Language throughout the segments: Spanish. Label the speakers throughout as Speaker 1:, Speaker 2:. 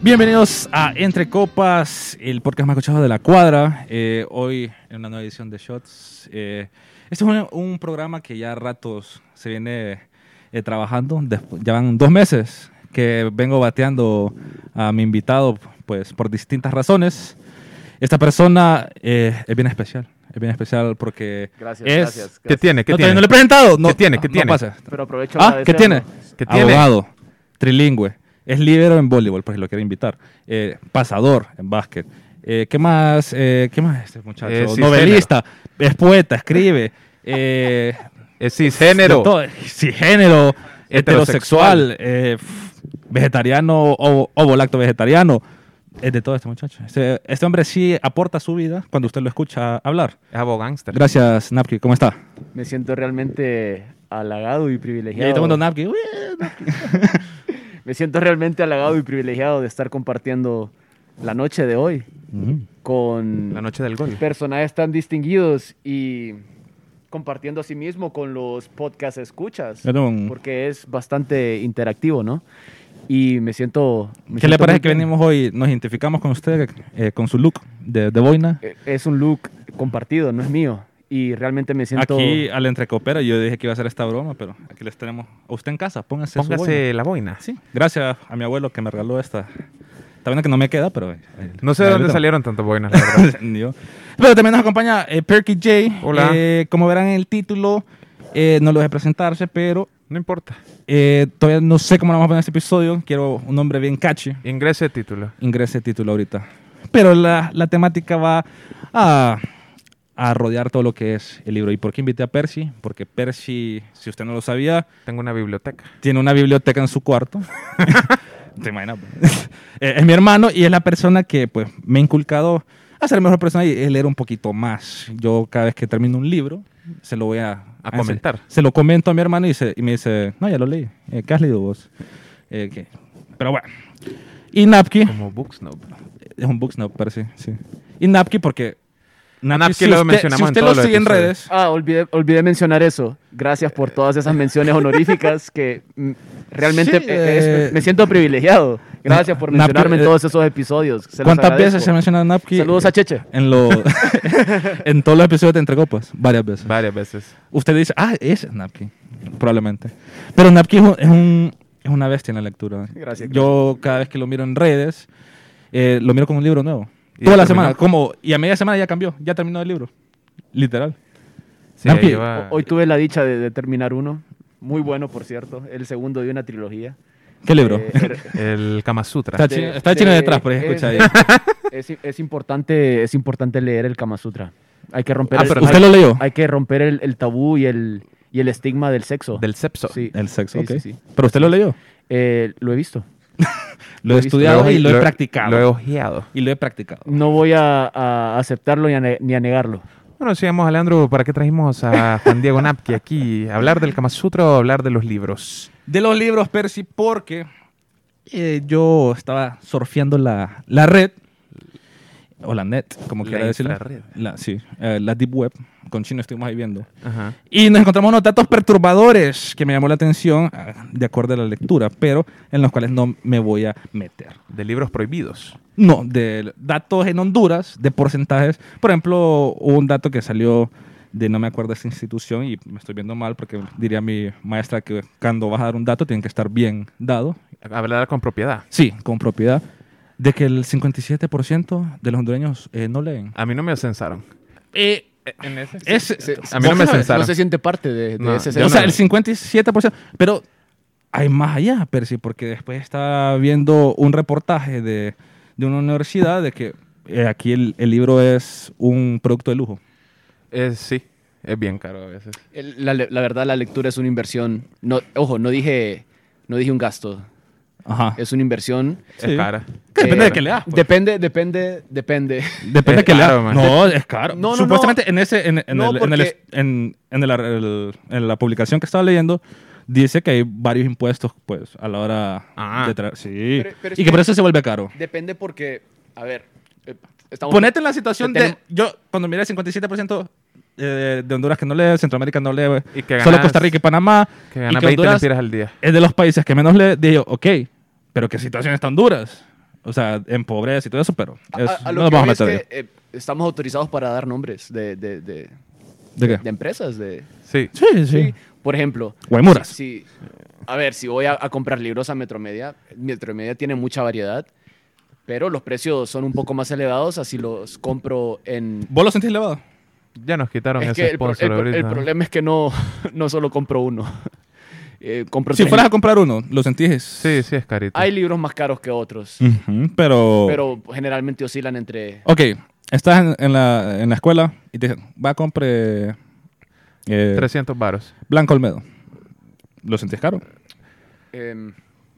Speaker 1: Bienvenidos a Entre Copas, el podcast más escuchado de la cuadra. Eh, hoy en una nueva edición de Shots. Eh, este es un, un programa que ya ratos se viene eh, trabajando. Despu- ya van dos meses que vengo bateando a mi invitado, pues por distintas razones. Esta persona eh, es bien especial. Es bien especial porque
Speaker 2: Gracias,
Speaker 1: es...
Speaker 2: gracias.
Speaker 3: ¿Qué tiene? ¿Qué
Speaker 1: no, todavía
Speaker 3: tiene?
Speaker 1: no le he presentado. No,
Speaker 3: ¿Qué tiene? ¿Qué
Speaker 1: no
Speaker 3: tiene?
Speaker 1: pasa.
Speaker 2: Pero aprovecho
Speaker 1: Ah, ¿qué tiene?
Speaker 3: ¿Qué tiene?
Speaker 1: Abogado, trilingüe, es líbero en voleibol, por si lo quiere invitar, eh, pasador en básquet. Eh, ¿Qué más? eh, ¿Qué más es este muchacho?
Speaker 3: Es cisgénero.
Speaker 1: Novelista, es poeta, escribe, eh,
Speaker 3: Es cisgénero.
Speaker 1: de todo, sí, género, heterosexual,
Speaker 3: Heterosexual.
Speaker 1: eh, pf, vegetariano, ovo, ovo-lacto vegetariano. Es de todo este muchacho. Este, este hombre sí aporta su vida cuando usted lo escucha hablar.
Speaker 3: Es abogánster.
Speaker 1: Gracias, Napki. ¿Cómo está?
Speaker 2: Me siento realmente halagado
Speaker 1: Y
Speaker 2: y
Speaker 1: ahí todo el
Speaker 2: privilegiado.
Speaker 1: mundo, Napki. "Uy".
Speaker 2: Me siento realmente halagado y privilegiado de estar compartiendo la noche de hoy
Speaker 1: Ujú.
Speaker 2: con
Speaker 3: La noche del gol.
Speaker 2: personajes tan distinguidos y compartiendo a sí mismo con los podcast escuchas,
Speaker 1: Yo tengo un-
Speaker 2: porque es bastante interactivo, ¿no? Y me siento... me
Speaker 1: ¿Qué le
Speaker 2: siento
Speaker 1: parece
Speaker 2: muy
Speaker 1: que
Speaker 2: bien.
Speaker 1: venimos hoy? Nos identificamos con usted, eh, con su look de, de boina.
Speaker 2: Eh, Es un look compartido, no es mío. Y realmente me siento...
Speaker 1: Aquí al entrecopera, yo dije que iba a hacer esta broma, pero aquí les tenemos. A usted en casa, póngase, su boina.
Speaker 3: Póngase la boina.
Speaker 1: Sí, gracias a mi abuelo que me regaló esta. También que no me queda, pero. eh,
Speaker 3: No sé de
Speaker 1: ahí
Speaker 3: dónde
Speaker 1: lo tengo.
Speaker 3: salieron tantas boinas, la verdad.
Speaker 1: Ni yo. Pero también nos acompaña eh, Perky J.
Speaker 3: Hola.
Speaker 1: Eh, como verán en el título, eh, no lo dejé presentarse, pero
Speaker 3: No importa.
Speaker 1: eh, todavía no sé cómo le vamos a poner este episodio. Quiero un nombre bien catchy.
Speaker 3: Ingrese título.
Speaker 1: ingrese título ahorita. Pero la, la temática va a, a rodear todo lo que es el libro. ¿Y por qué invité a Percy? Porque Percy, si usted no lo sabía,
Speaker 3: Tengo una biblioteca.
Speaker 1: tiene una biblioteca en su cuarto. Te imaginas. pues? Eh, es mi hermano y es la persona que pues, me ha inculcado a ser mejor persona y leer un poquito más. Yo cada vez que termino un libro, se lo voy a...
Speaker 3: A comentar.
Speaker 1: Se, lo comento a mi hermano y, se- y me dice, no, ya lo leí. Eh, ¿Qué has leído vos? Eh, ¿qué? Pero bueno. Y Napki,
Speaker 3: Como Booksnob.
Speaker 1: es un Booksnob, parece, sí. Y Napki, porque.
Speaker 3: Napki
Speaker 1: si
Speaker 3: lo
Speaker 1: usted-
Speaker 3: mencionamos
Speaker 1: Si
Speaker 3: en
Speaker 1: usted
Speaker 3: todos
Speaker 1: lo
Speaker 3: los
Speaker 1: sigue en
Speaker 3: episodios.
Speaker 1: redes.
Speaker 2: Ah, olvidé, olvidé mencionar eso. Gracias por todas esas menciones honoríficas que mm, realmente
Speaker 1: Sí,
Speaker 2: eh, es-
Speaker 1: eh,
Speaker 2: me siento privilegiado. Gracias por
Speaker 1: Na-
Speaker 2: mencionarme en
Speaker 1: eh,
Speaker 2: todos esos episodios. Se los
Speaker 1: ¿Cuántas veces
Speaker 2: agradezco.
Speaker 1: se ha mencionado Napki?
Speaker 2: Saludos a Cheche.
Speaker 1: En, lo, en todos los episodios de Entre Copas, varias veces.
Speaker 3: Varias veces.
Speaker 1: Usted dice, ah, ese es Napki, probablemente. Pero Napki es, un- es un- es una bestia en la lectura.
Speaker 2: Gracias,
Speaker 1: Yo cada vez que lo miro en redes, eh, lo miro con un libro nuevo.
Speaker 3: Y
Speaker 1: Toda
Speaker 3: ya
Speaker 1: la
Speaker 3: terminó.
Speaker 1: semana, como, y a media semana ya cambió, ya terminó el libro. Literal.
Speaker 3: Sí,
Speaker 1: Napki,
Speaker 3: lleva-
Speaker 2: Hoy tuve la dicha de, de terminar uno. Muy bueno, por cierto. El segundo de una trilogía.
Speaker 1: ¿Qué libro?
Speaker 2: Eh, er-
Speaker 3: El Kama Sutra.
Speaker 1: Está chino, está chino detrás, por ahí, escucha ahí.
Speaker 2: es- Es, es importante, es importante leer el Kama Sutra. Hay que romper,
Speaker 3: Ah,
Speaker 2: el,
Speaker 3: pero-
Speaker 2: hay-
Speaker 1: ¿Usted lo leyó?
Speaker 2: hay que romper el, el tabú y el, y el estigma del sexo.
Speaker 3: Del Sepso.
Speaker 2: Sí.
Speaker 1: El sexo,
Speaker 2: Sí,
Speaker 1: ok.
Speaker 2: sí, sí.
Speaker 1: Pero usted lo leyó.
Speaker 2: Eh, lo he visto.
Speaker 1: Lo he
Speaker 2: visto.
Speaker 1: estudiado
Speaker 3: he-
Speaker 1: y lo he
Speaker 3: he-
Speaker 1: practicado.
Speaker 3: Lo he ojeado.
Speaker 1: Y lo he practicado.
Speaker 2: No voy a, a aceptarlo ni a, ne- ni a negarlo.
Speaker 3: Bueno, sigamos, Alejandro. ¿Para qué trajimos a Juan Diego Napki aquí? ¿Hablar del Kama Sutra o hablar de los libros?
Speaker 1: De los libros, Percy, porque eh, yo estaba surfeando la, la red, o la net, como
Speaker 3: La
Speaker 1: quiera decirlo.
Speaker 3: infrarred.
Speaker 1: La, sí, eh, la deep web. Con Chino estuvimos ahí viendo.
Speaker 3: Ajá.
Speaker 1: Y nos encontramos unos datos perturbadores que me llamó la atención, ah, de acuerdo a la lectura, pero en los cuales no me voy a meter.
Speaker 3: De libros prohibidos.
Speaker 1: No, de datos en Honduras, de porcentajes. Por ejemplo, hubo un dato que salió de no me acuerdo esta institución y me estoy viendo mal porque diría mi maestra que cuando vas a dar un dato tiene que estar bien dado.
Speaker 3: Hablar con propiedad.
Speaker 1: Sí, con propiedad. De que el 57% de los hondureños eh, no leen.
Speaker 3: A mí no me censaron. ¿En ese?
Speaker 1: Ese-
Speaker 3: A mí no me
Speaker 1: ¿Vos sabes?
Speaker 3: censaron.
Speaker 2: No se siente parte de, de
Speaker 3: No,
Speaker 2: ese
Speaker 3: yo
Speaker 1: O sea,
Speaker 3: no.
Speaker 1: el 57%. Pero hay más allá, Percy, porque después estaba viendo un reportaje de, de una universidad de que eh, aquí el, el libro es un producto de lujo.
Speaker 3: Eh, sí, es bien caro a veces.
Speaker 2: El- La, le- la verdad, la lectura es una inversión. No, ojo, no dije, no dije un gasto.
Speaker 1: Ajá.
Speaker 2: Es una inversión.
Speaker 1: Sí.
Speaker 3: Es cara.
Speaker 1: Que depende
Speaker 2: eh,
Speaker 1: de qué leas. pues.
Speaker 2: Depende, depende, depende.
Speaker 1: depende de
Speaker 3: es
Speaker 1: qué leas.
Speaker 3: caro, man.
Speaker 1: No, es caro.
Speaker 2: No, no,
Speaker 1: Supuestamente en ese en, en
Speaker 2: No,
Speaker 1: el- en el-
Speaker 2: porque-
Speaker 1: en- en el- el- en la publicación que estaba leyendo dice que hay varios impuestos pues a la hora
Speaker 3: Ah.
Speaker 1: de traer. Sí.
Speaker 2: Pero- pero es
Speaker 1: y que
Speaker 2: que-
Speaker 1: por eso se vuelve caro.
Speaker 2: Depende porque, a ver, eh, estamos...
Speaker 1: Ponete en la situación de
Speaker 2: Tenemos-
Speaker 1: yo cuando miré el 57% eh, de Honduras que no lee, Centroamérica no lee,
Speaker 3: Y que
Speaker 1: solo
Speaker 3: ganas-
Speaker 1: Costa Rica y Panamá
Speaker 3: Que
Speaker 1: y
Speaker 3: gana
Speaker 1: que
Speaker 3: 20
Speaker 1: Honduras
Speaker 3: lempiras al día.
Speaker 1: es de los países que menos lee, dije, ok, pero qué situaciones tan duras. O sea, en pobreza y todo eso, pero es-
Speaker 2: A- a lo
Speaker 1: no nos
Speaker 2: que
Speaker 1: vamos a
Speaker 2: voy
Speaker 1: meter.
Speaker 2: es
Speaker 1: ahí.
Speaker 2: que, eh, estamos autorizados para dar nombres de, de- de-
Speaker 1: ¿De qué?
Speaker 2: de empresas. De,
Speaker 3: Sí.
Speaker 1: Sí,
Speaker 2: sí. Por ejemplo,
Speaker 1: Guaymuras.
Speaker 2: si- a ver, si voy a, a comprar libros a Metromedia, Metromedia tiene mucha variedad, pero los precios son un poco más elevados, así los compro en...
Speaker 1: ¿Vos lo sentís elevado?
Speaker 3: Ya nos quitaron
Speaker 2: Es que
Speaker 3: ese
Speaker 2: el, pro- el
Speaker 3: sponsor
Speaker 2: pro- el
Speaker 3: ahorita.
Speaker 2: problema es que no, no solo compro uno. Eh, compro
Speaker 1: Si
Speaker 2: tres.
Speaker 1: fueras a comprar uno, lo sentís.
Speaker 3: Sí, sí, es carito.
Speaker 2: Hay libros más caros que otros,
Speaker 1: Ujú, pero...
Speaker 2: pero generalmente oscilan entre...
Speaker 1: Ok, estás en, en la, en la escuela y te dicen, va, compre eh,
Speaker 3: 300 varos.
Speaker 1: Blanco Olmedo. ¿Lo sentís caro?
Speaker 2: em, en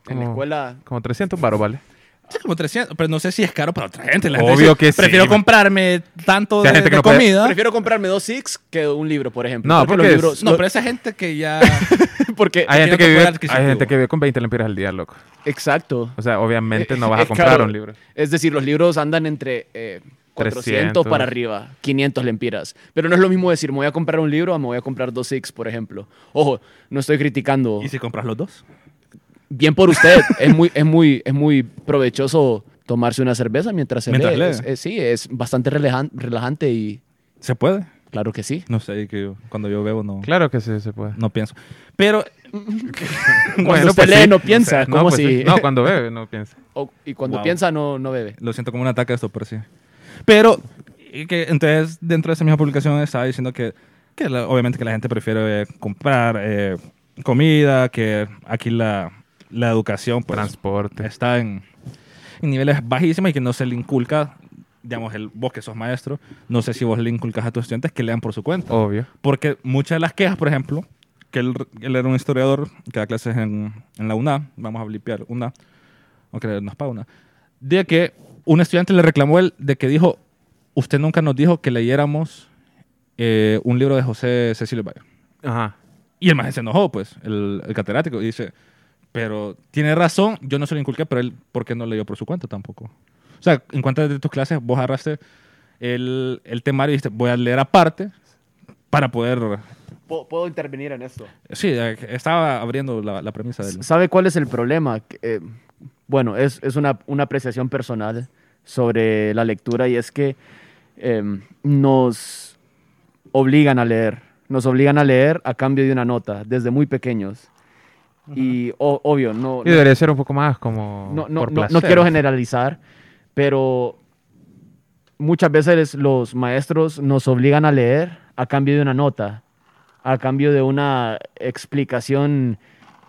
Speaker 2: la
Speaker 3: Como-
Speaker 2: escuela
Speaker 3: Como 300 varos,
Speaker 2: Eh,
Speaker 3: ¿vale.
Speaker 1: Sí, como 300, pero no sé si es caro para otra gente. La
Speaker 3: Obvio
Speaker 1: gente dice,
Speaker 3: que sí.
Speaker 1: Prefiero comprarme tanto
Speaker 3: Si
Speaker 1: de,
Speaker 3: hay gente
Speaker 1: de
Speaker 3: que no puede-
Speaker 1: comida.
Speaker 2: Prefiero comprarme dos Six que un libro, por ejemplo.
Speaker 3: No,
Speaker 2: los
Speaker 3: porque
Speaker 2: libros...
Speaker 1: No,
Speaker 2: lo-
Speaker 1: pero esa gente que ya...
Speaker 2: porque-
Speaker 3: Hay
Speaker 1: tiene
Speaker 3: gente, que
Speaker 1: otro
Speaker 3: vive,
Speaker 1: poder
Speaker 3: hay
Speaker 1: adquisitivo.
Speaker 3: gente que vive con 20 lempiras al día, loco.
Speaker 2: Exacto.
Speaker 3: O sea, obviamente no vas
Speaker 2: Eh,
Speaker 3: a
Speaker 2: Es
Speaker 3: comprar
Speaker 2: caro.
Speaker 3: un libro.
Speaker 2: Es decir, los libros andan entre eh, 400
Speaker 3: 300.
Speaker 2: para arriba, 500 lempiras. Pero no es lo mismo decir, me voy a comprar un libro o me voy a comprar dos Six, por ejemplo. Ojo, no estoy criticando.
Speaker 1: ¿Y si compras los dos?
Speaker 2: Bien por usted. es, muy, es, muy, es muy provechoso tomarse una cerveza mientras se
Speaker 1: Mientras
Speaker 2: lee.
Speaker 1: lee.
Speaker 2: Es- es- sí, es bastante relejan- relajante y
Speaker 1: ¿Se puede?
Speaker 2: claro que sí.
Speaker 1: No sé, que yo- cuando yo bebo no,
Speaker 3: Claro que sí se puede.
Speaker 1: no pienso. Pero
Speaker 2: Cuando
Speaker 3: Bueno,
Speaker 2: usted
Speaker 3: pues
Speaker 2: lee,
Speaker 3: sí.
Speaker 2: no piensa. es
Speaker 3: No,
Speaker 2: como
Speaker 3: pues
Speaker 2: si...
Speaker 3: sí. No, cuando bebe, no piensa.
Speaker 2: o- y cuando
Speaker 1: Wow.
Speaker 2: piensa, no, no bebe.
Speaker 1: lo siento como un ataque esto, pero sí. Pero, y que, entonces, dentro de esa misma publicación estaba diciendo que, que la- obviamente que la gente prefiere eh, comprar eh, comida, que aquí la, la educación pues,
Speaker 3: Transporte.
Speaker 1: está en, en niveles bajísimos y que no se le inculca, digamos, el, vos que sos maestro, no sé si vos le inculcas a tus estudiantes que lean por su cuenta.
Speaker 3: Obvio.
Speaker 1: Porque muchas de las quejas, por ejemplo, que él, él era un historiador que da clases en, en la UNA, vamos a blipear UNA, aunque nos paga UNA, de que un estudiante le reclamó a él de que dijo, usted nunca nos dijo que leyéramos eh, un libro de José Cecilio Bayo.
Speaker 3: Ajá.
Speaker 1: Y el más se enojó, pues, el, el catedrático, y dice, pero tiene razón, yo no se lo inculqué, pero él, ¿por qué no leyó por su cuenta tampoco? O sea, en cuántas de tus clases vos agarraste el, el temario y dijiste, voy a leer aparte para poder
Speaker 2: Puedo- puedo intervenir en esto.
Speaker 1: Sí, eh, estaba abriendo la, la premisa del...
Speaker 2: ¿Sabe cuál es el problema? Que, eh, bueno, es, es una, una apreciación personal sobre la lectura y es que em, nos obligan a leer, nos obligan a leer a cambio de una nota desde muy pequeños. Y o- obvio, no,
Speaker 3: Y debería ser un poco más como
Speaker 2: no, no,
Speaker 3: por
Speaker 2: no- no
Speaker 3: placer.
Speaker 2: quiero generalizar, pero muchas veces los maestros nos obligan a leer a cambio de una nota, a cambio de una explicación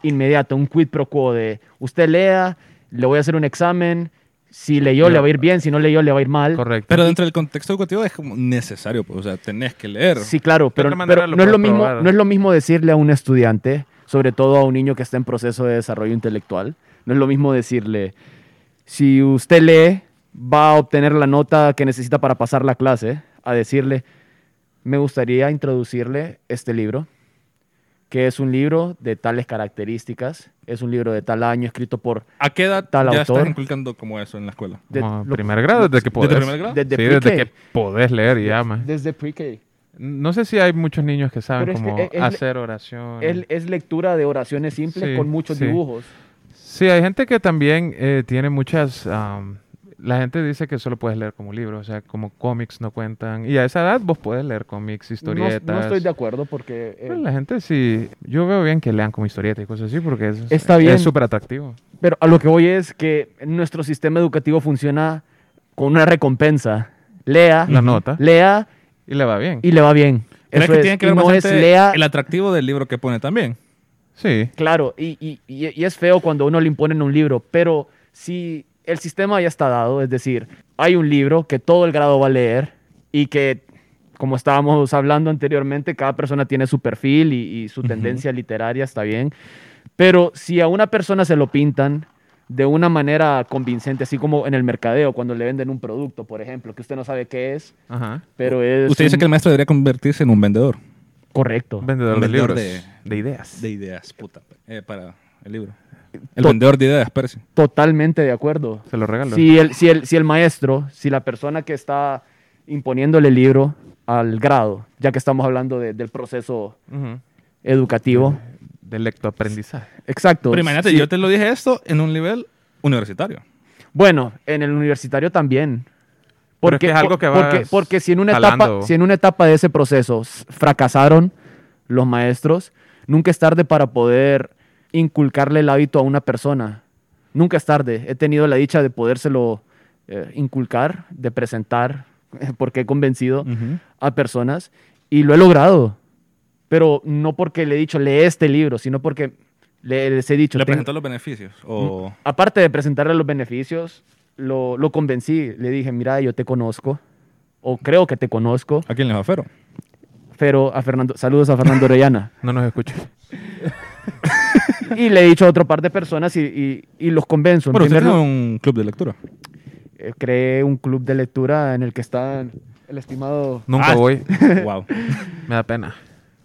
Speaker 2: inmediata, un quid pro quo de usted lea, le voy a hacer un examen, si leyó le va a ir bien, si no leyó le va a ir mal.
Speaker 3: Correcto.
Speaker 1: Pero dentro del contexto educativo es como necesario, pues, o sea, tenés que leer.
Speaker 2: Sí, claro, pero,
Speaker 3: otra manera
Speaker 2: pero
Speaker 3: lo
Speaker 2: no, es
Speaker 3: puede
Speaker 2: lo mismo,
Speaker 3: probar.
Speaker 2: no es lo mismo decirle a un estudiante, sobre todo a un niño que está en proceso de desarrollo intelectual, no es lo mismo decirle, si usted lee, va a obtener la nota que necesita para pasar la clase, a decirle, me gustaría introducirle este libro, que es un libro de tales características, es un libro de tal año, escrito por...
Speaker 1: ¿A qué edad
Speaker 2: Tal
Speaker 1: ya
Speaker 2: autor.
Speaker 1: estás inculcando como eso en la escuela?
Speaker 2: de-
Speaker 3: Como
Speaker 2: lo-
Speaker 3: primer grado, desde que podés.
Speaker 1: primer grado?
Speaker 2: Desde
Speaker 3: sí, desde
Speaker 2: pre-K.
Speaker 3: que podés leer y ya, man.
Speaker 2: Desde pre-K.
Speaker 3: No sé si hay muchos niños que saben
Speaker 2: Pero es que e-
Speaker 3: cómo
Speaker 2: es- es-
Speaker 3: hacer oración.
Speaker 2: Es, es lectura de oraciones simples
Speaker 3: Sí,
Speaker 2: con muchos
Speaker 3: sí.
Speaker 2: dibujos.
Speaker 3: Sí, hay gente que también eh, tiene muchas... am, la gente dice que solo puedes leer como libros, o sea, como cómics no cuentan. Y a esa edad vos puedes leer cómics,
Speaker 2: No-
Speaker 3: historietas.
Speaker 2: No, estoy de acuerdo porque... eh,
Speaker 3: Pero la gente sí... Yo veo bien que lean como historietas y cosas así porque es
Speaker 2: Está
Speaker 3: es
Speaker 2: bien.
Speaker 3: súper atractivo.
Speaker 2: Pero a lo que voy es que nuestro sistema educativo funciona con una recompensa. Lea,
Speaker 3: La nota.
Speaker 2: lea
Speaker 3: Y le va bien.
Speaker 2: y le va bien.
Speaker 1: ¿Crees
Speaker 2: Eso
Speaker 1: que
Speaker 2: es.
Speaker 1: tiene que
Speaker 2: Y
Speaker 1: ver
Speaker 2: no es
Speaker 1: bastante
Speaker 2: lea,
Speaker 1: el atractivo del libro que pone también?
Speaker 3: Sí.
Speaker 2: claro, y, y- y- y es feo cuando uno le imponen un libro, pero si el sistema ya está dado, es decir, hay un libro que todo el grado va a leer y que, como estábamos hablando anteriormente, cada persona tiene su perfil y, y su tendencia literaria, está bien, pero si a una persona se lo pintan de una manera convincente, así como en el mercadeo, cuando le venden un producto, por ejemplo, que usted no sabe qué es,
Speaker 3: Ajá.
Speaker 2: pero es...
Speaker 1: Usted dice
Speaker 2: un-
Speaker 1: que el maestro debería convertirse en un vendedor.
Speaker 2: Correcto.
Speaker 3: Vendedor,
Speaker 1: Un
Speaker 3: de
Speaker 1: vendedor
Speaker 3: libros.
Speaker 1: de-
Speaker 3: De, ideas.
Speaker 1: De ideas, puta. eh, para el libro. El
Speaker 2: Tot-
Speaker 1: vendedor de ideas, Percy.
Speaker 2: Totalmente de acuerdo.
Speaker 3: Se lo regalo.
Speaker 2: Si el, si, el, si el maestro, si la persona que está imponiéndole el libro al grado, ya que estamos hablando de- del proceso
Speaker 3: Ujú.
Speaker 2: educativo.
Speaker 3: De lectoaprendizaje.
Speaker 2: Exacto.
Speaker 1: Pero imagínate,
Speaker 2: si-
Speaker 1: yo te lo dije esto en un nivel universitario.
Speaker 2: Bueno, en el universitario también.
Speaker 3: Pero es que es algo
Speaker 2: por-
Speaker 3: que
Speaker 2: porque,
Speaker 3: vas
Speaker 2: porque si en una
Speaker 3: jalando.
Speaker 2: etapa, si en una etapa de ese proceso s- fracasaron los maestros, nunca es tarde para poder inculcarle el hábito a una persona. Nunca es tarde. He tenido la dicha de podérselo eh, inculcar, de presentar, porque he convencido
Speaker 1: Ujú.
Speaker 2: a personas y lo he logrado. Pero no porque le he dicho, lee este libro, sino porque le- les he dicho.
Speaker 1: ¿Le
Speaker 2: "Ten-
Speaker 1: presentó los beneficios? O...
Speaker 2: aparte de presentarle los beneficios, lo, lo convencí. Le dije, mira, yo te conozco, o creo que te conozco,
Speaker 1: ¿A quién les aferro?
Speaker 2: pero a Fernando, saludos a Fernando Orellana.
Speaker 3: No nos escucha.
Speaker 2: Ah, y le he dicho a otro par de personas y, y- y los convenzo. En
Speaker 1: Bueno, usted
Speaker 2: primer
Speaker 1: tiene
Speaker 2: lu-
Speaker 1: un club de lectura.
Speaker 2: eh, creé un club de lectura en el que están el estimado...
Speaker 3: Nunca
Speaker 1: Ah.
Speaker 3: voy.
Speaker 1: wow.
Speaker 3: Me da pena.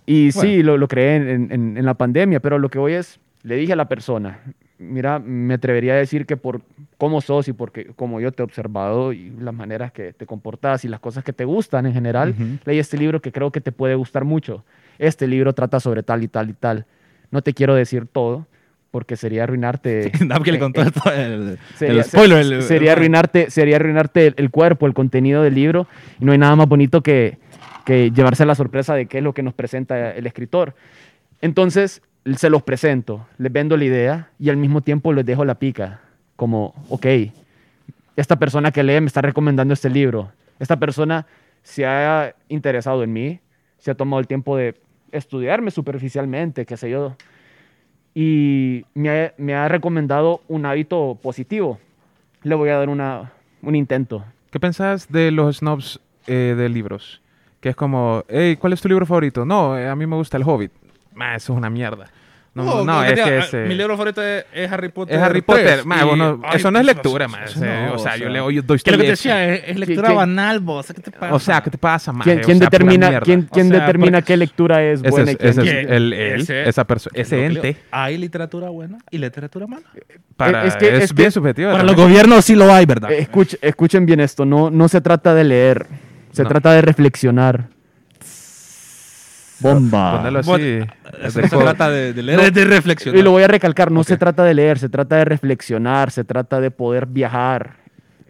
Speaker 2: Y
Speaker 1: Bueno.
Speaker 2: sí, lo, lo creé en, en- en la pandemia, pero lo que voy es, le dije a la persona, mira, me atrevería a decir que por cómo sos y porque como yo te he observado y las maneras que te comportas y las cosas que te gustan en general,
Speaker 1: Ujú.
Speaker 2: leí este libro que creo que te puede gustar mucho. Este libro trata sobre tal y tal y tal. No te quiero decir todo porque sería arruinarte...
Speaker 1: Dab que le
Speaker 3: Eh,
Speaker 1: contó el, el-
Speaker 2: Sería-
Speaker 1: el spoiler. el-
Speaker 2: sería
Speaker 1: el-
Speaker 2: arruinarte, sería arruinarte el, el cuerpo, el contenido del libro. Y no hay nada más bonito que, que llevarse la sorpresa de qué es lo que nos presenta el escritor. Entonces, se los presento, les vendo la idea y al mismo tiempo les dejo la pica. Como, ok, esta persona que lee me está recomendando este libro. Esta persona se ha interesado en mí, se ha tomado el tiempo de estudiarme superficialmente, qué sé yo. Y me ha, me ha recomendado un hábito positivo. Le voy a dar una, un intento.
Speaker 3: ¿Qué pensás de los snobs eh, de libros? Que es como, hey, ¿cuál es tu libro favorito? No, eh, a mí me gusta El Hobbit. Ma, eso es una mierda. No, no, es
Speaker 1: diga,
Speaker 3: que
Speaker 1: ah,
Speaker 3: ese-
Speaker 1: Mi libro favorito es, es Harry Potter.
Speaker 3: es Harry Potter.
Speaker 1: 3,
Speaker 3: Ma,
Speaker 1: y-
Speaker 3: vos no-
Speaker 1: ay,
Speaker 3: eso no es
Speaker 1: eso-
Speaker 3: lectura,
Speaker 1: eso-
Speaker 3: ma.
Speaker 1: eso
Speaker 3: o sea,
Speaker 1: no,
Speaker 3: o sea, yo
Speaker 1: sea.
Speaker 3: leo yo
Speaker 1: Que
Speaker 3: Dostoyevsky.
Speaker 1: lo que te decía es, es lectura
Speaker 2: ¿Quién-
Speaker 1: banal, vos. ¿Qué te pasa?
Speaker 3: O sea, ¿qué te pasa, ma?
Speaker 2: ¿Quién,
Speaker 3: O
Speaker 2: quién
Speaker 3: sea, pura
Speaker 2: determina,
Speaker 3: mierda.
Speaker 2: quién,
Speaker 1: O
Speaker 2: quién
Speaker 1: sea,
Speaker 2: determina
Speaker 1: porque-
Speaker 2: qué lectura es
Speaker 3: Ese
Speaker 2: buena
Speaker 3: es,
Speaker 2: y quién
Speaker 3: ese es
Speaker 1: ¿Quién?
Speaker 3: el, él,
Speaker 1: Ese-
Speaker 3: esa persona,
Speaker 1: Es lo
Speaker 3: ese
Speaker 1: que leo.
Speaker 3: ente.
Speaker 1: Hay literatura buena y literatura mala.
Speaker 3: Para,
Speaker 2: es
Speaker 3: es
Speaker 2: que- es
Speaker 3: bien
Speaker 2: que-
Speaker 3: subjetivo.
Speaker 1: Para los
Speaker 3: también.
Speaker 1: gobiernos sí lo hay, ¿verdad?
Speaker 2: Escuch- escuchen bien esto, no, no se trata de leer, se
Speaker 3: No.
Speaker 2: trata de reflexionar. Bomba.
Speaker 3: Póndelo así.
Speaker 1: Bueno,
Speaker 3: es
Speaker 1: Eso
Speaker 3: de
Speaker 1: se
Speaker 3: co-
Speaker 1: trata de, de leer, de reflexionar.
Speaker 2: Y lo voy a recalcar, no se
Speaker 3: Ok.
Speaker 2: trata de leer, se trata de reflexionar, se trata de poder viajar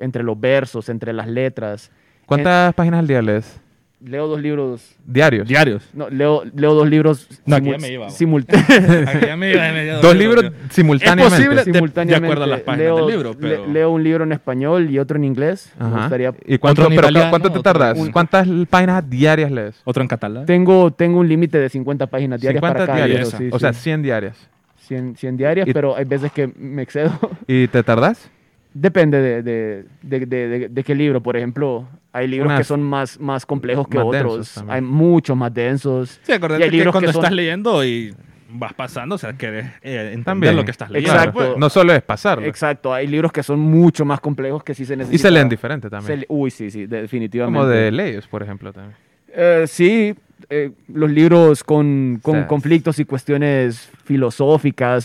Speaker 2: entre los versos, entre las letras.
Speaker 3: ¿Cuántas páginas al día lees?
Speaker 2: Leo dos libros,
Speaker 3: Diarios.
Speaker 1: Diarios.
Speaker 2: no, leo, leo dos libros
Speaker 1: No, aquí ya me iba, vos.
Speaker 2: simultáneos.
Speaker 1: Aquí ya me- ya me- ya
Speaker 3: Dos libros simultáneamente.
Speaker 1: Es posible- de- de
Speaker 2: simultáneamente.
Speaker 1: acuerdo a las páginas
Speaker 2: leo,
Speaker 1: del libro,
Speaker 2: le-
Speaker 1: pero-
Speaker 2: leo un libro en español y otro en inglés. Me
Speaker 3: Ajá.
Speaker 2: gustaría-
Speaker 3: ¿Y cuánto,
Speaker 1: Otro en
Speaker 3: pero cu-
Speaker 1: italiano,
Speaker 3: cuánto te
Speaker 1: otro-
Speaker 3: tardas?
Speaker 1: un-
Speaker 3: ¿Cuántas páginas diarias lees?
Speaker 1: Otro en catalán.
Speaker 2: Tengo, tengo un límite de 50 páginas diarias para
Speaker 3: 50
Speaker 2: cada
Speaker 3: diarias.
Speaker 2: libro. sí,
Speaker 3: o sea,
Speaker 2: sí.
Speaker 3: 100 diarias.
Speaker 2: 100, 100 diarias,
Speaker 3: y-
Speaker 2: pero hay veces que me excedo.
Speaker 3: ¿Y te tardas?
Speaker 2: Depende de, de, de- de- de- de qué libro. Por ejemplo, hay libros
Speaker 3: Unas-
Speaker 2: que son más, más complejos que
Speaker 3: más densos
Speaker 2: otros.
Speaker 3: también.
Speaker 2: Hay muchos más densos.
Speaker 1: Sí,
Speaker 2: Y
Speaker 1: acordate
Speaker 2: hay
Speaker 1: que
Speaker 2: libros
Speaker 1: cuando
Speaker 2: que son-
Speaker 1: estás leyendo y vas pasando, o sea, querés eh, entender
Speaker 3: También.
Speaker 1: lo que estás leyendo.
Speaker 2: Exacto.
Speaker 1: pues.
Speaker 3: No solo es pasarlo.
Speaker 2: Exacto, hay libros que son mucho más complejos que sí se necesitan.
Speaker 3: Y se leen diferente también.
Speaker 2: Uy, sí, sí, definitivamente.
Speaker 3: Como de leyes, por ejemplo, también.
Speaker 2: Eh, sí, eh, los libros con, con
Speaker 3: O sea,
Speaker 2: conflictos y cuestiones filosóficas,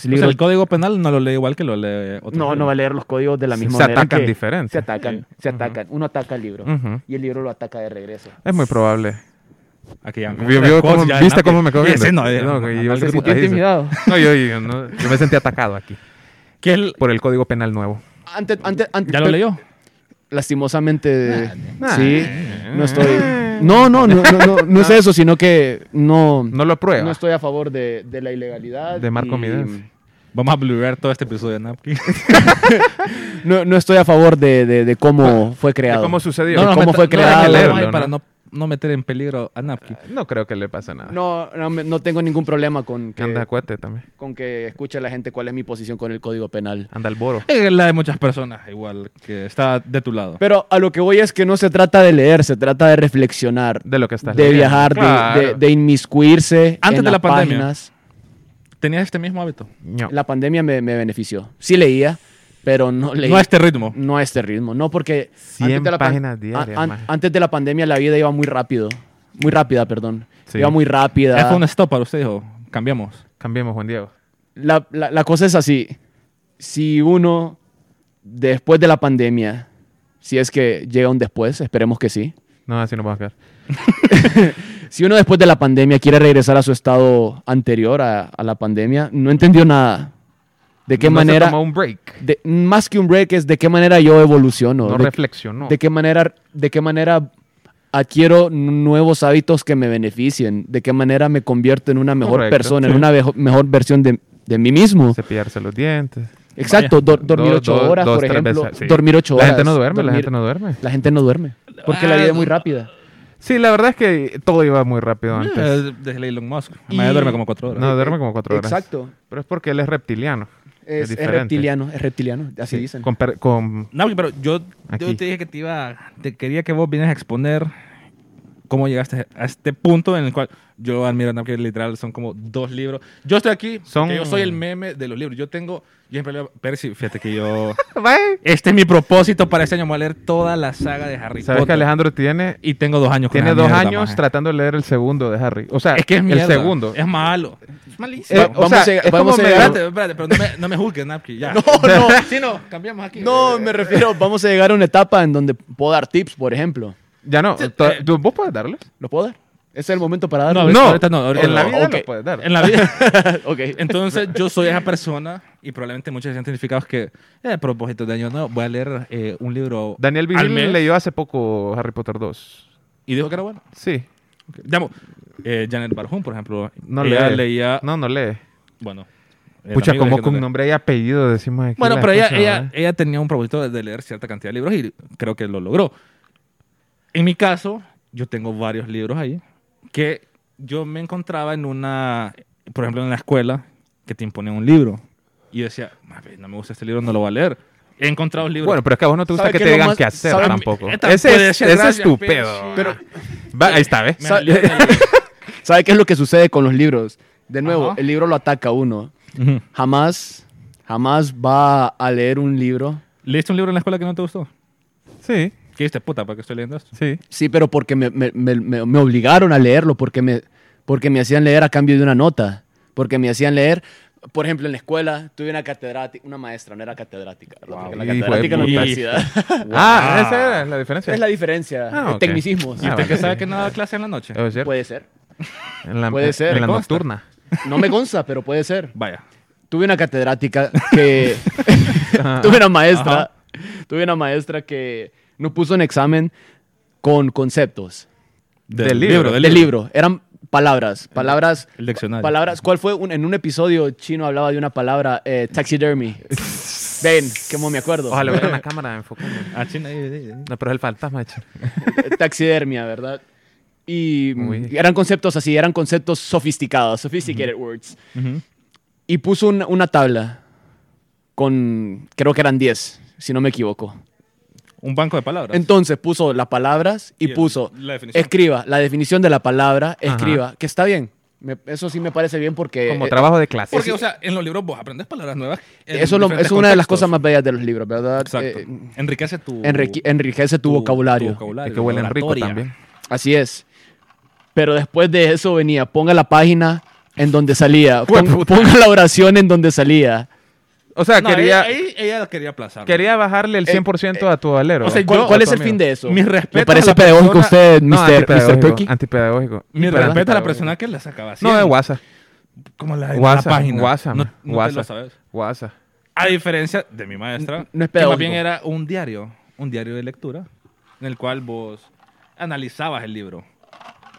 Speaker 1: O
Speaker 3: Pues
Speaker 1: sea,
Speaker 2: libros...
Speaker 1: pues, el código penal no lo lee igual que lo lee otro.
Speaker 2: no,
Speaker 1: libro.
Speaker 2: no va a leer los códigos de la
Speaker 3: Se-
Speaker 2: misma
Speaker 3: se
Speaker 2: manera.
Speaker 3: atacan
Speaker 2: que-
Speaker 3: diferente.
Speaker 2: Se atacan, se atacan. Uno ataca al libro
Speaker 3: Ujú.
Speaker 2: y el libro lo ataca de regreso.
Speaker 3: Es muy probable.
Speaker 1: Aquí ya-
Speaker 3: Vio- vio
Speaker 1: Cosa,
Speaker 3: cómo-
Speaker 1: ya
Speaker 3: ¿Viste
Speaker 1: adelante.
Speaker 3: cómo me quedó
Speaker 1: Y ese
Speaker 3: viendo?
Speaker 1: no, eh,
Speaker 3: No, güey, yo
Speaker 1: análisis
Speaker 3: creo que-
Speaker 1: puta.
Speaker 2: Estoy
Speaker 3: ahí se-
Speaker 2: intimidado.
Speaker 3: No, yo, yo no- yo me sentí atacado aquí.
Speaker 1: ¿Qué es el-
Speaker 3: Por el Código Penal Nuevo.
Speaker 2: Antes, antes, antes,
Speaker 1: ¿Ya lo
Speaker 2: pe-
Speaker 1: leyó?
Speaker 2: Lastimosamente,
Speaker 3: nah.
Speaker 2: sí, no estoy...
Speaker 3: Ah, Eh.
Speaker 2: No, no, no, no, no, no es eso, sino que no,
Speaker 3: No lo aprueba.
Speaker 2: no estoy a favor de, de la ilegalidad.
Speaker 3: De Marco
Speaker 2: y-
Speaker 3: Midens.
Speaker 1: Vamos a blurrear todo este episodio de Napkin.
Speaker 2: No, no estoy a favor de, de- de cómo fue creado.
Speaker 3: Ah, ¿Cómo sucedió?
Speaker 2: No, no, ¿Cómo
Speaker 1: meta-
Speaker 2: fue
Speaker 1: no,
Speaker 2: creado?
Speaker 1: hay que leerlo,
Speaker 3: Leerlo, ¿no?
Speaker 1: Para no, no meter en peligro a Napkin.
Speaker 3: No creo que le pase nada.
Speaker 2: No, eh, no, me- no tengo ningún problema con
Speaker 3: Que anda a
Speaker 2: que,
Speaker 3: cuete también.
Speaker 2: con que escuche la gente cuál es mi posición con el Código Penal.
Speaker 3: Anda al boro.
Speaker 1: Eh, La de muchas personas, igual, que está de tu lado.
Speaker 2: Pero a lo que voy es que no se trata de leer, se trata de reflexionar, de,
Speaker 3: De lo que estás leyendo.
Speaker 2: viajar, de-
Speaker 3: Claro.
Speaker 2: de, de inmiscuirse
Speaker 1: Antes
Speaker 2: en
Speaker 1: de la
Speaker 2: las
Speaker 1: pandemia.
Speaker 2: páginas.
Speaker 1: ¿Tenías este mismo hábito?
Speaker 3: No.
Speaker 2: La pandemia me, me benefició. Sí leía, pero no leía.
Speaker 1: No a este ritmo.
Speaker 2: no a este ritmo, no porque
Speaker 3: 100
Speaker 2: pan-
Speaker 3: páginas diarias,
Speaker 2: an-
Speaker 3: maje.
Speaker 2: antes de la pandemia la vida iba muy rápido, muy rápida, perdón,
Speaker 3: Sí.
Speaker 2: iba muy rápida.
Speaker 1: Ya fue un stop para usted, dijo. Cambiamos.
Speaker 3: Cambiemos, Juan Diego.
Speaker 2: la, la- la cosa es así. Si uno, después de la pandemia, si es que llega un después, esperemos que sí.
Speaker 3: No, así no vamos a quedar.
Speaker 2: Si uno después de la pandemia quiere regresar a su estado anterior a, a la pandemia, no entendió nada. de qué
Speaker 3: No se
Speaker 2: manera,
Speaker 3: tomó un break.
Speaker 2: de- más que un break, es de qué manera yo evoluciono.
Speaker 3: No
Speaker 2: de-
Speaker 3: reflexionó.
Speaker 2: de qué manera de qué manera adquiero nuevos hábitos que me beneficien, de qué manera me convierto en una mejor
Speaker 3: Correcto,
Speaker 2: persona, en
Speaker 3: sí.
Speaker 2: una vejo- mejor versión de, de mí mismo.
Speaker 3: Cepillarse los dientes.
Speaker 2: Exacto, do- dormir
Speaker 3: Dos-
Speaker 2: ocho
Speaker 3: dos-
Speaker 2: horas,
Speaker 3: dos,
Speaker 2: por
Speaker 3: tres
Speaker 2: ejemplo,
Speaker 3: veces, sí.
Speaker 2: dormir ocho
Speaker 3: La
Speaker 2: horas.
Speaker 3: gente no duerme, la
Speaker 2: dormir-
Speaker 3: gente no duerme.
Speaker 2: la gente no duerme, porque
Speaker 1: Ah,
Speaker 2: la vida es muy rápida.
Speaker 3: Sí, la verdad es que todo iba muy rápido antes.
Speaker 1: Eh, Desde Elon Musk.
Speaker 2: Y-
Speaker 1: Me duerme como cuatro horas.
Speaker 3: no, duerme como cuatro horas.
Speaker 2: Exacto,
Speaker 3: Pero es porque él es reptiliano. Es
Speaker 2: es, es
Speaker 3: diferente.
Speaker 2: reptiliano, es reptiliano, así
Speaker 3: Sí,
Speaker 2: dicen.
Speaker 3: Con, per- con-
Speaker 1: No, pero yo,
Speaker 3: Aquí.
Speaker 1: yo te dije que te iba. Te quería que vos vinieras a exponer cómo llegaste a este punto en el cual yo admiro a Nap, que literal son como dos libros. Yo estoy aquí,
Speaker 3: Son-
Speaker 1: porque yo soy el meme de los libros. Yo tengo. Yo siempre leo. Percy, fíjate que yo.
Speaker 3: Bye.
Speaker 1: este es mi propósito para este año. Voy a leer toda la saga de Harry
Speaker 3: Sabes que
Speaker 1: Potter.
Speaker 3: Alejandro tiene,
Speaker 1: y tengo dos años con
Speaker 3: tiene
Speaker 1: esa
Speaker 3: dos
Speaker 1: mierda,
Speaker 3: años
Speaker 1: maje.
Speaker 3: tratando de leer el segundo de Harry. O sea,
Speaker 1: Es que es mierda.
Speaker 3: el segundo.
Speaker 1: Es malo. Es malísimo.
Speaker 3: Eh, oh,
Speaker 2: Va-
Speaker 3: o sea,
Speaker 2: vamos a-
Speaker 3: es
Speaker 2: vamos
Speaker 3: como
Speaker 2: a-
Speaker 3: medio-
Speaker 1: espérate, espérate, pero no me, no me juzgues, Napki. Ya.
Speaker 2: No, no,
Speaker 1: Sí, no, cambiamos aquí.
Speaker 2: no, me refiero, vamos a llegar a una etapa en donde puedo dar tips, por ejemplo.
Speaker 3: Ya no,
Speaker 1: Sí,
Speaker 3: to-
Speaker 1: eh.
Speaker 3: ¿tú- ¿vos puedes darlos?
Speaker 2: ¿Lo puedo dar? Ese es el momento para darlo.
Speaker 1: No, ahorita- ahorita no, ahorita
Speaker 3: en la
Speaker 1: no.
Speaker 3: vida
Speaker 2: Ok.
Speaker 3: los puedes dar.
Speaker 1: En la vida.
Speaker 2: Ok.
Speaker 1: Entonces, yo soy esa persona y probablemente muchos se sienten identificados que, eh, a propósito de año nuevo, voy a leer eh, un libro
Speaker 3: Daniel
Speaker 1: al mes
Speaker 3: Vigil leyó hace poco Harry Potter 2.
Speaker 1: y dijo que era bueno.
Speaker 3: Sí.
Speaker 1: Digamos, eh, Janet Barjón, por ejemplo,
Speaker 3: No
Speaker 1: ella
Speaker 3: lee.
Speaker 1: leía,
Speaker 3: No, no lee.
Speaker 1: bueno, el
Speaker 3: Pucha,
Speaker 1: amigo
Speaker 3: como
Speaker 1: dice que
Speaker 3: con
Speaker 1: no lee.
Speaker 3: nombre y apellido decimos aquí. ¿eh?
Speaker 1: Bueno,
Speaker 3: las
Speaker 1: pero ella,
Speaker 3: cosas,
Speaker 1: ella,
Speaker 3: ¿verdad?
Speaker 1: ella tenía un propósito de leer cierta cantidad de libros y creo que lo logró. En mi caso, yo tengo varios libros ahí que yo me encontraba en una, por ejemplo, en la escuela, que te imponían un libro. Y yo decía, "Mami, no me gusta este libro, no lo voy a leer. He encontrado libros.
Speaker 3: Bueno, pero es que a vos no te gusta
Speaker 2: ¿Sabe
Speaker 3: que
Speaker 2: qué
Speaker 3: te
Speaker 2: lo
Speaker 3: digan
Speaker 2: más-
Speaker 3: qué hacer
Speaker 2: sabe-
Speaker 3: tampoco.
Speaker 1: Eh,
Speaker 3: Ese
Speaker 1: puede
Speaker 3: es,
Speaker 1: ser,
Speaker 3: ese es
Speaker 1: gracias,
Speaker 3: tu
Speaker 1: pero
Speaker 3: pedo.
Speaker 1: sí.
Speaker 3: Pero, Va, ahí está, ¿ves?
Speaker 1: Me
Speaker 2: Sa-
Speaker 1: valió el libro.
Speaker 2: ¿Sabe qué es lo que sucede con los libros? De nuevo,
Speaker 1: Ajá.
Speaker 2: el libro lo ataca a uno.
Speaker 1: Ujú.
Speaker 2: Jamás, jamás va a leer un libro.
Speaker 1: ¿Leíste un libro en la escuela que no te gustó?
Speaker 3: Sí,
Speaker 1: ¿Qué dijiste, puta, para qué estoy leyendo esto?
Speaker 3: sí.
Speaker 2: Sí, pero porque me, me- me- me- me obligaron a leerlo, porque me, porque me hacían leer a cambio de una nota, porque me hacían leer... Por ejemplo, en la escuela tuve una catedrática, una maestra, no era catedrática, ¿verdad? Porque la
Speaker 3: Hijo de
Speaker 2: catedrática en la
Speaker 1: puta.
Speaker 2: universidad.
Speaker 3: Ah, esa era la diferencia.
Speaker 2: es la diferencia,
Speaker 3: Ah,
Speaker 2: de
Speaker 3: ok.
Speaker 2: tecnicismos.
Speaker 1: ¿Y
Speaker 3: Ah,
Speaker 1: usted
Speaker 3: vale,
Speaker 1: que sabe
Speaker 3: sí.
Speaker 1: que no da clase en la noche?
Speaker 3: Debe ser.
Speaker 2: Puede ser.
Speaker 3: en la,
Speaker 2: puede ser.
Speaker 3: En la
Speaker 1: Me consta.
Speaker 3: nocturna.
Speaker 2: No me consta, pero puede ser.
Speaker 1: Vaya.
Speaker 2: Tuve una catedrática que...
Speaker 3: Ah,
Speaker 2: tuve una maestra.
Speaker 1: Ajá.
Speaker 2: Tuve una maestra que nos puso un examen con conceptos.
Speaker 3: Del libro,
Speaker 2: Del,
Speaker 3: del
Speaker 2: libro. Eran palabras. Palabras.
Speaker 1: El diccionario.
Speaker 2: Palabras. ¿Cuál fue? un- en un episodio chino hablaba de una palabra, eh, taxidermy. Ven, cómo me acuerdo.
Speaker 3: Ojalá hubiera una cámara enfocando.
Speaker 1: Ah, china, eh, eh, eh.
Speaker 3: No, pero es el fantasma, che.
Speaker 2: Eh, Taxidermia, ¿verdad? Y mm,
Speaker 3: Uy.
Speaker 2: eran conceptos así, eran conceptos sofisticados, sophisticated words.
Speaker 1: Ujú.
Speaker 2: Y puso un- una tabla con, creo que eran 10, si no me equivoco.
Speaker 1: Un banco de palabras.
Speaker 2: Entonces puso las palabras y,
Speaker 1: Y el-
Speaker 2: puso
Speaker 1: la definición.
Speaker 2: escriba la definición de la palabra,
Speaker 3: Ajá.
Speaker 2: escriba, que está bien. Me- eso sí me parece bien porque
Speaker 3: Como
Speaker 2: eh,
Speaker 3: trabajo de clase.
Speaker 1: Porque, o sea, en los libros vos aprendes palabras nuevas. en
Speaker 2: eso es lo-
Speaker 1: diferentes
Speaker 2: es una de las
Speaker 1: contextos.
Speaker 2: cosas más bellas de los libros, ¿verdad?
Speaker 1: Exacto.
Speaker 2: Eh,
Speaker 1: enriquece tu,
Speaker 2: enrique- enriquece tu, vocabulario.
Speaker 3: Es que huelen rico
Speaker 1: oratoria.
Speaker 3: también.
Speaker 2: Así es. Pero después de eso venía, ponga la página en donde salía, pon-
Speaker 3: Jueputa.
Speaker 2: ponga la oración en donde salía.
Speaker 3: O sea,
Speaker 1: No,
Speaker 3: Ah, quería,
Speaker 1: ella, ahí- ella la quería aplazar.
Speaker 3: quería bajarle el 100% a tu valero.
Speaker 1: o sea,
Speaker 2: ¿Cuál,
Speaker 1: yo-
Speaker 2: cuál
Speaker 1: a
Speaker 2: es el fin de eso?
Speaker 1: Mis
Speaker 2: ¿Le
Speaker 1: respetos
Speaker 2: parece
Speaker 1: a la
Speaker 2: pedagógico
Speaker 1: persona-
Speaker 2: usted,
Speaker 3: No,
Speaker 2: Mr. Mr.
Speaker 3: antipedagógico,
Speaker 2: Perky?
Speaker 3: Antipedagógico.
Speaker 1: Mi
Speaker 3: Perdón,
Speaker 1: respeto a la
Speaker 3: antipedagógico.
Speaker 1: persona que la sacaba así.
Speaker 3: No, de WhatsApp.
Speaker 1: Como la, la
Speaker 3: WhatsApp.
Speaker 1: página.
Speaker 3: WhatsApp.
Speaker 1: No, no te lo
Speaker 3: WhatsApp.
Speaker 1: sabes.
Speaker 3: WhatsApp.
Speaker 1: A diferencia de mi maestra,
Speaker 2: No es
Speaker 1: que más
Speaker 2: pedagógico.
Speaker 1: bien era un diario, un diario de lectura, en el cual vos analizabas el libro.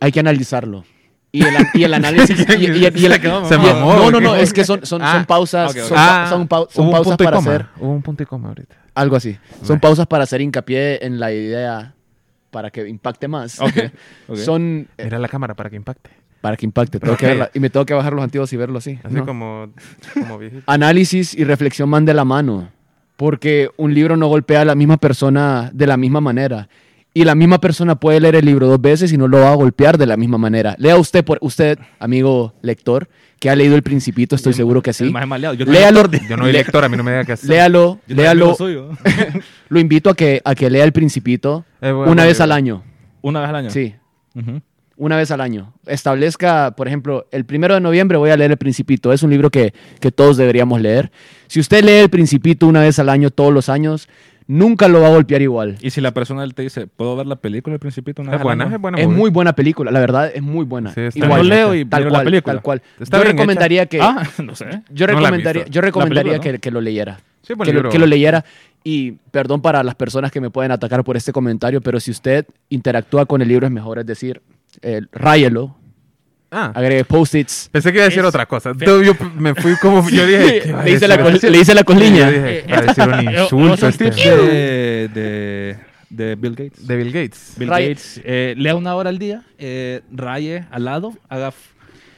Speaker 2: Hay que analizarlo. Y el, y el análisis... y, y- y- y-
Speaker 1: Se la quedó,
Speaker 2: y-
Speaker 1: Se
Speaker 3: mamó,
Speaker 2: No, no,
Speaker 3: ¿o
Speaker 2: no,
Speaker 3: qué?
Speaker 2: es que son, son,
Speaker 3: Ah,
Speaker 2: son pausas,
Speaker 1: ok, ok.
Speaker 2: son, pa- son pau- son
Speaker 3: hubo un
Speaker 2: pausas
Speaker 3: punto y
Speaker 2: para
Speaker 3: coma.
Speaker 2: hacer...
Speaker 3: Hubo un punto y coma ahorita.
Speaker 2: Algo así. Son
Speaker 3: Bueno.
Speaker 2: pausas para hacer hincapié en la idea para que impacte más.
Speaker 1: Ok, ok.
Speaker 2: Son... eh,
Speaker 3: Era la cámara para que impacte.
Speaker 2: para que impacte. Tengo
Speaker 3: Ok.
Speaker 2: que verla- y me tengo que bajar los antiguos y verlo así.
Speaker 3: Así
Speaker 2: ¿no?
Speaker 3: como, como viejito.
Speaker 2: análisis y reflexión van de la mano, porque un libro no golpea a la misma persona de la misma manera. Y la misma persona puede leer el libro dos veces y no lo va a golpear de la misma manera. Lea usted, por, usted amigo lector, que ha leído El Principito, estoy seguro que
Speaker 1: El
Speaker 2: sí.
Speaker 1: más maleado. Yo también-
Speaker 2: Léalo,
Speaker 3: Yo no soy
Speaker 2: le-
Speaker 3: lector, a mí no me diga que hacer.
Speaker 2: léalo,
Speaker 1: yo también
Speaker 2: léalo.
Speaker 1: lo suyo.
Speaker 2: Lo invito a que, a que lea El Principito
Speaker 3: Eh, bueno,
Speaker 2: una vez
Speaker 3: libro.
Speaker 2: al año.
Speaker 1: Una vez al año.
Speaker 2: Sí,
Speaker 1: Ujú.
Speaker 2: una vez al año. Establezca, por ejemplo, el primero de noviembre voy a leer El Principito. Es un libro que, que todos deberíamos leer. Si usted lee El Principito una vez al año, todos los años, nunca lo va a golpear igual.
Speaker 1: Y si la persona te dice, ¿puedo ver la película del Principito? Una
Speaker 3: Es
Speaker 1: vez al
Speaker 3: buena,
Speaker 1: año?"
Speaker 3: es buena.
Speaker 2: es
Speaker 3: movie.
Speaker 2: muy buena película, la verdad es muy buena.
Speaker 3: Sí, está
Speaker 1: Y
Speaker 3: Igual,
Speaker 1: yo leo y
Speaker 2: tal
Speaker 1: miro la
Speaker 2: cual,
Speaker 1: película.
Speaker 2: tal cual.
Speaker 3: Está
Speaker 2: yo
Speaker 3: bien hecha.
Speaker 2: recomendaría que
Speaker 1: Ah, no sé.
Speaker 2: yo
Speaker 3: no la he
Speaker 2: recomendaría,
Speaker 3: visto.
Speaker 2: yo
Speaker 1: La
Speaker 2: recomendaría
Speaker 1: película,
Speaker 2: que, que lo leyera.
Speaker 3: Sí, buen
Speaker 2: que, lo,
Speaker 3: libro.
Speaker 2: que lo leyera. Y perdón para las personas que me pueden atacar por este comentario, pero si usted interactúa con el libro es mejor, es decir, eh, ráyelo,
Speaker 3: Ah,
Speaker 2: agregue post-its.
Speaker 3: pensé que iba a decir
Speaker 1: Es-
Speaker 3: otra cosa. Yo, yo me fui como... Yo dije... ¿qué va a
Speaker 2: le, hice la,
Speaker 3: decir?
Speaker 2: col- le hice la
Speaker 3: Sí,
Speaker 2: coliña.
Speaker 3: yo dije, va a decir un insulto
Speaker 1: Otros
Speaker 3: este.
Speaker 1: tips de, de, de Bill Gates.
Speaker 3: De Bill Gates.
Speaker 1: Bill
Speaker 2: Ray-
Speaker 1: Gates, eh, lea una hora al día, eh, raye al lado, haga... f-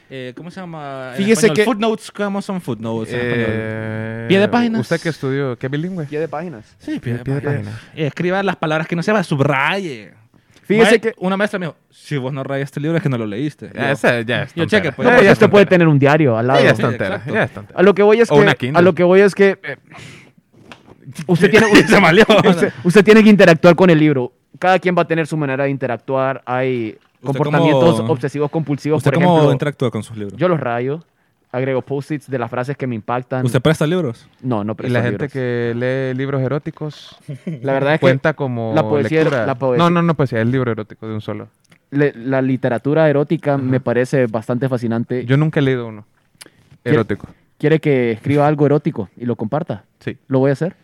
Speaker 1: eh, ¿Cómo se llama? en
Speaker 2: Fíjese
Speaker 1: español?
Speaker 2: que-
Speaker 1: Footnotes, ¿cómo son footnotes? en español?
Speaker 3: Eh,
Speaker 1: Pie de páginas.
Speaker 3: ¿Usted que estudió? ¿Qué bilingüe?
Speaker 2: Pie de páginas.
Speaker 1: Sí,
Speaker 3: pie
Speaker 1: pie
Speaker 3: de página.
Speaker 1: Eh, escriba las palabras que no sepa, subraye.
Speaker 2: Fíjese
Speaker 1: Mae-
Speaker 2: que-
Speaker 1: Una maestra me dijo, si vos no rayas este libro es que no lo leíste.
Speaker 3: Ya,
Speaker 1: Yo,
Speaker 3: esa ya es
Speaker 1: Yo
Speaker 3: tontera. Eh,
Speaker 1: cheque, pues.
Speaker 2: No,
Speaker 1: Ya,
Speaker 2: porque
Speaker 3: ya
Speaker 2: usted
Speaker 3: es
Speaker 2: puede
Speaker 3: tontera.
Speaker 2: tener un diario al lado.
Speaker 3: Ya es
Speaker 1: Sí,
Speaker 3: tontera,
Speaker 1: exacto.
Speaker 3: ya es tontera.
Speaker 2: A lo que voy es
Speaker 3: O
Speaker 2: que,
Speaker 3: una Kindle.
Speaker 2: a lo que voy es que eh, usted tiene
Speaker 1: se maleó.
Speaker 2: usted, usted tiene que interactuar con el libro. Cada quien va a tener su manera de interactuar. Hay comportamientos
Speaker 1: cómo-
Speaker 2: obsesivos compulsivos,
Speaker 1: ¿Usted
Speaker 2: por
Speaker 1: cómo
Speaker 2: ejemplo.
Speaker 1: interactúa con sus libros?
Speaker 2: Yo los rayo, agrego post-its de las frases que me impactan.
Speaker 1: ¿Usted presta libros?
Speaker 2: No, no,
Speaker 3: Y
Speaker 2: pero
Speaker 3: la
Speaker 2: esos
Speaker 3: gente
Speaker 2: libros.
Speaker 3: que lee libros eróticos
Speaker 2: la verdad es que
Speaker 3: cuenta como
Speaker 2: la poesía-
Speaker 3: lectura.
Speaker 2: la poesía-
Speaker 3: No, no, no poesía, es libro erótico de un solo.
Speaker 2: le- la literatura erótica me parece bastante fascinante.
Speaker 3: Yo nunca he leído uno
Speaker 2: ¿Quiere-
Speaker 3: erótico.
Speaker 2: Quiere que escriba algo erótico y lo comparta.
Speaker 3: Sí,
Speaker 2: Lo voy a hacer.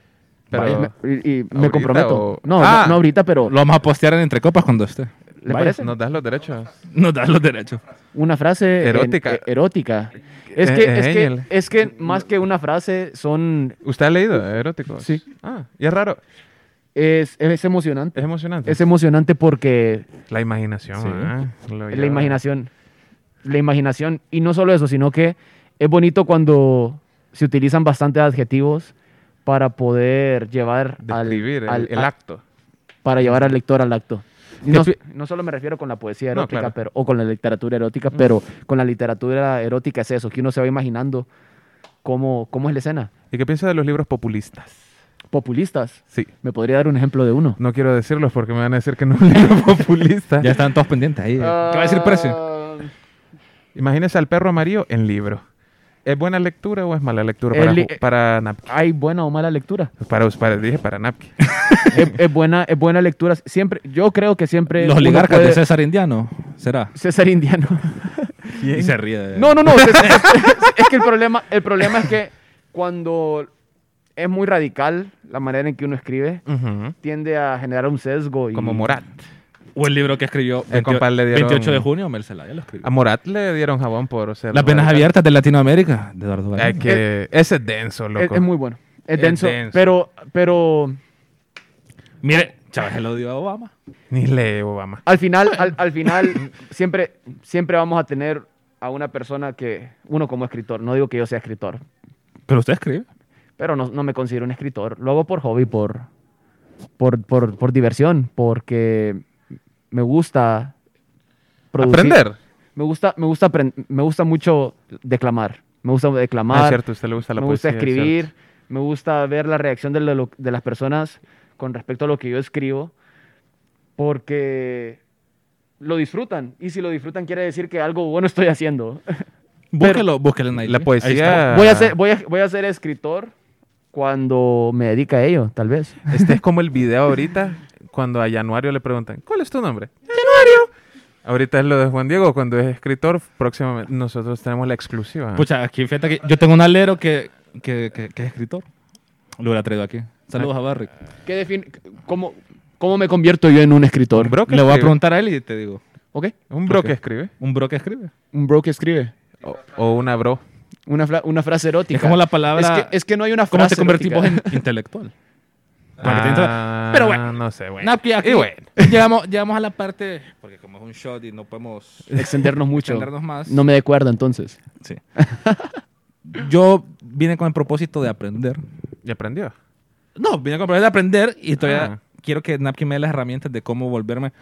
Speaker 3: pero
Speaker 2: Vaya, me- y, y me
Speaker 3: ¿ahorita
Speaker 2: comprometo.
Speaker 3: o-
Speaker 2: No,
Speaker 3: Ah.
Speaker 2: no, no ahorita, pero
Speaker 1: Lo vamos a postear en Entre Copas cuando esté.
Speaker 2: ¿le
Speaker 3: vaya,
Speaker 2: parece?
Speaker 3: nos das los derechos.
Speaker 1: Nos das los derechos.
Speaker 2: Una frase en-
Speaker 3: Erótica.
Speaker 2: e- erótica. Es
Speaker 3: Eh,
Speaker 2: que,
Speaker 3: eh,
Speaker 2: es,
Speaker 3: Angel.
Speaker 2: que, es que más que una frase son
Speaker 3: ¿Usted ha leído eróticos?
Speaker 2: Sí.
Speaker 3: Ah, y es raro,
Speaker 2: es, es emocionante.
Speaker 3: es emocionante.
Speaker 2: Es emocionante porque
Speaker 3: La imaginación,
Speaker 2: Sí.
Speaker 3: ¿eh? Lo
Speaker 2: la
Speaker 3: lleva-
Speaker 2: imaginación. La imaginación. Y no solo eso, sino que es bonito cuando se utilizan bastantes adjetivos para poder llevar al,
Speaker 3: Describir el-
Speaker 2: al-
Speaker 3: el,
Speaker 2: a-
Speaker 3: acto.
Speaker 2: para llevar al lector al acto.
Speaker 3: ¿Qué
Speaker 2: No,
Speaker 3: pi-
Speaker 2: no solo me refiero con la poesía
Speaker 3: No,
Speaker 2: erótica
Speaker 3: claro.
Speaker 2: pero, o con la literatura
Speaker 1: Mm.
Speaker 2: erótica, pero con la literatura erótica es eso, que uno se va imaginando cómo, cómo es la escena.
Speaker 3: ¿Y qué piensa de los libros populistas?
Speaker 2: Populistas.
Speaker 3: Sí.
Speaker 2: ¿Me podría dar un ejemplo de uno?
Speaker 3: No quiero decirlos porque me van a decir que no es un libro populista.
Speaker 1: Ya están todos pendientes ahí. ¿Qué
Speaker 2: Ah.
Speaker 1: va a decir precio?
Speaker 3: Imagínese al perro amarillo en libro. ¿Es buena lectura o es mala lectura para,
Speaker 2: El li-
Speaker 3: ju- para Napki?
Speaker 2: ¿Hay buena o mala lectura?
Speaker 3: Para, para, dije para Napki.
Speaker 2: es, es buena, es buena lectura. Siempre, yo creo que siempre...
Speaker 1: Los
Speaker 2: uno
Speaker 1: oligarcas
Speaker 2: puede-
Speaker 1: de César Indiano, ¿será?
Speaker 2: César Indiano.
Speaker 1: Y se ríe. de-
Speaker 2: No, no, no. César- es, que el problema, el problema es que cuando es muy radical la manera en que uno escribe,
Speaker 3: Ujú.
Speaker 2: tiende a generar un sesgo. Y,
Speaker 3: Como Morat.
Speaker 1: O el libro que escribió
Speaker 3: El
Speaker 1: 28
Speaker 3: compa le dieron-
Speaker 1: 28 de junio, Mel Zelaya lo escribió.
Speaker 3: A Morat le dieron jabón por ser...
Speaker 1: Las venas
Speaker 3: radical.
Speaker 1: abiertas de Latinoamérica, de Eduardo Galeano.
Speaker 3: Ay, que ese es denso,
Speaker 2: Es,
Speaker 3: loco.
Speaker 2: es muy bueno. Es
Speaker 3: Es
Speaker 2: denso,
Speaker 3: denso.
Speaker 2: Pero, pero
Speaker 1: Mire, Chávez el odio a Obama.
Speaker 3: Ni lee Obama.
Speaker 2: al final, al, al final siempre, siempre vamos a tener a una persona que, uno como escritor, no digo que yo sea escritor,
Speaker 1: Pero usted escribe.
Speaker 2: pero no, no me considero un escritor. Lo hago por hobby, por, por, por, por diversión, porque me gusta producir.
Speaker 3: Aprender.
Speaker 2: Me gusta, me gusta, apren- me gusta mucho declamar. Me gusta
Speaker 3: Ah, es
Speaker 2: declamar,
Speaker 3: cierto, a usted le gusta la
Speaker 2: me gusta
Speaker 3: poesía, es cierto.
Speaker 2: escribir, me gusta ver la reacción de, lo- de las personas con respecto a lo que yo escribo, porque lo disfrutan. Y si lo disfrutan, quiere decir que algo bueno estoy haciendo.
Speaker 1: Búsquelo, búsquelo en ahí.
Speaker 3: La
Speaker 1: Ah.
Speaker 3: poesía...
Speaker 2: Voy a ser, voy a, voy a ser escritor cuando me dedica a ello, tal vez.
Speaker 3: Este es como el video ahorita, cuando a Januario le preguntan, ¿cuál es tu nombre? ¡Januario! Ahorita es lo de Juan Diego, cuando es escritor, próximamente nosotros tenemos la exclusiva.
Speaker 1: Pucha, aquí fíjate que yo tengo un alero que, que, que- que es escritor. Lo hubiera traído aquí. Saludos a Barry.
Speaker 2: ¿Qué define- cómo, ¿Cómo me convierto yo en un escritor?
Speaker 3: Un bro que
Speaker 1: Le voy a
Speaker 3: escribe.
Speaker 1: preguntar a él y te digo.
Speaker 2: ¿Ok?
Speaker 3: Un bro
Speaker 1: Ok.
Speaker 3: que escribe.
Speaker 1: Un bro que escribe.
Speaker 2: Un bro que escribe.
Speaker 3: O, o una bro.
Speaker 2: Una, fra- una frase erótica.
Speaker 1: Es como la palabra-
Speaker 2: Es que, es que no hay una frase
Speaker 1: ¿Cómo te convertís
Speaker 2: erótica.
Speaker 1: vos en intelectual? Para que te entra-
Speaker 3: Ah,
Speaker 1: Pero bueno.
Speaker 3: No sé, bueno.
Speaker 1: Napki, aquí
Speaker 3: Y bueno.
Speaker 1: llegamos, llegamos a la parte, porque como es un shot y no podemos
Speaker 2: Extendernos mucho.
Speaker 1: extendernos más.
Speaker 2: No me de cuerda, entonces.
Speaker 1: Sí. Yo vine con el propósito de aprender.
Speaker 3: ¿Y aprendió?
Speaker 1: No, vine con el propósito de aprender y todavía
Speaker 3: Ah.
Speaker 1: quiero que Napkin me dé las herramientas de cómo volverme.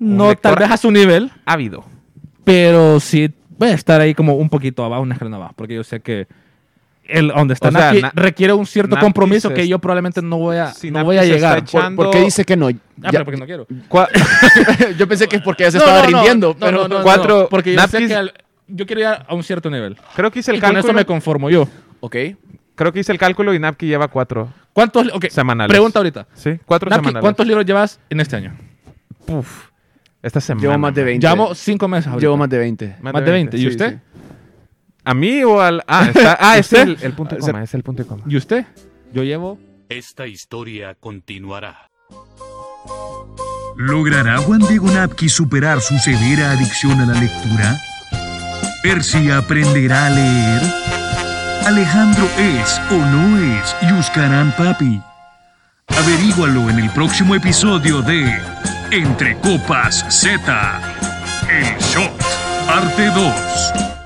Speaker 3: Un
Speaker 1: No tal
Speaker 3: lector-
Speaker 1: vez a su nivel,
Speaker 3: Ávido.
Speaker 1: pero sí voy a estar ahí como un poquito abajo, una escalón abajo, porque yo sé que el donde está
Speaker 3: O sea,
Speaker 1: Napkin
Speaker 3: Na-
Speaker 1: requiere un cierto
Speaker 3: Napkin
Speaker 1: compromiso
Speaker 3: se
Speaker 1: que
Speaker 3: es-
Speaker 1: yo probablemente no voy a,
Speaker 3: si
Speaker 1: no voy a
Speaker 3: Napkin se
Speaker 1: llegar.
Speaker 3: está
Speaker 2: ¿Por,
Speaker 3: Echando-
Speaker 2: por qué dice que no?
Speaker 1: Ah,
Speaker 2: Ya-
Speaker 1: pero porque no quiero.
Speaker 2: yo pensé que es porque ya se
Speaker 1: No,
Speaker 2: estaba
Speaker 1: no, no,
Speaker 2: rindiendo.
Speaker 1: no,
Speaker 2: pero
Speaker 1: no, no, no,
Speaker 3: Cuatro-
Speaker 1: porque yo
Speaker 3: Napkin-
Speaker 1: sé que al- yo quiero llegar a un cierto nivel.
Speaker 3: Creo que hice el
Speaker 1: Y con
Speaker 3: cálculo.
Speaker 1: eso me conformo yo.
Speaker 2: Ok.
Speaker 3: Creo que hice el cálculo y Napki lleva cuatro.
Speaker 1: ¿Cuántos? li- Ok,
Speaker 3: Semanales.
Speaker 1: pregunta ahorita.
Speaker 3: Sí, cuatro
Speaker 1: Napkin,
Speaker 3: semanales.
Speaker 1: ¿cuántos libros llevas en este año?
Speaker 3: Puf. Esta semana.
Speaker 2: Llevo más de
Speaker 3: man.
Speaker 2: 20.
Speaker 1: Llevamos cinco meses ahorita.
Speaker 2: Llevo más de 20.
Speaker 1: Más de 20. ¿Y
Speaker 2: Sí,
Speaker 1: usted?
Speaker 3: ¿A mí o al.? Ah, está- ah, ese es
Speaker 1: ¿Usted?
Speaker 3: el, el punto y
Speaker 1: O sea,
Speaker 3: coma. Es el punto y coma.
Speaker 1: ¿Y usted? Yo llevo...
Speaker 4: Esta historia continuará.
Speaker 5: ¿Logrará Juan Diego Napki superar su severa adicción a la lectura? ¿Percy aprenderá a leer? ¿Alejandro es o no es Yuscarán Papi? Averígualo en el próximo episodio de Entre Copas Z, El Shot, parte 2.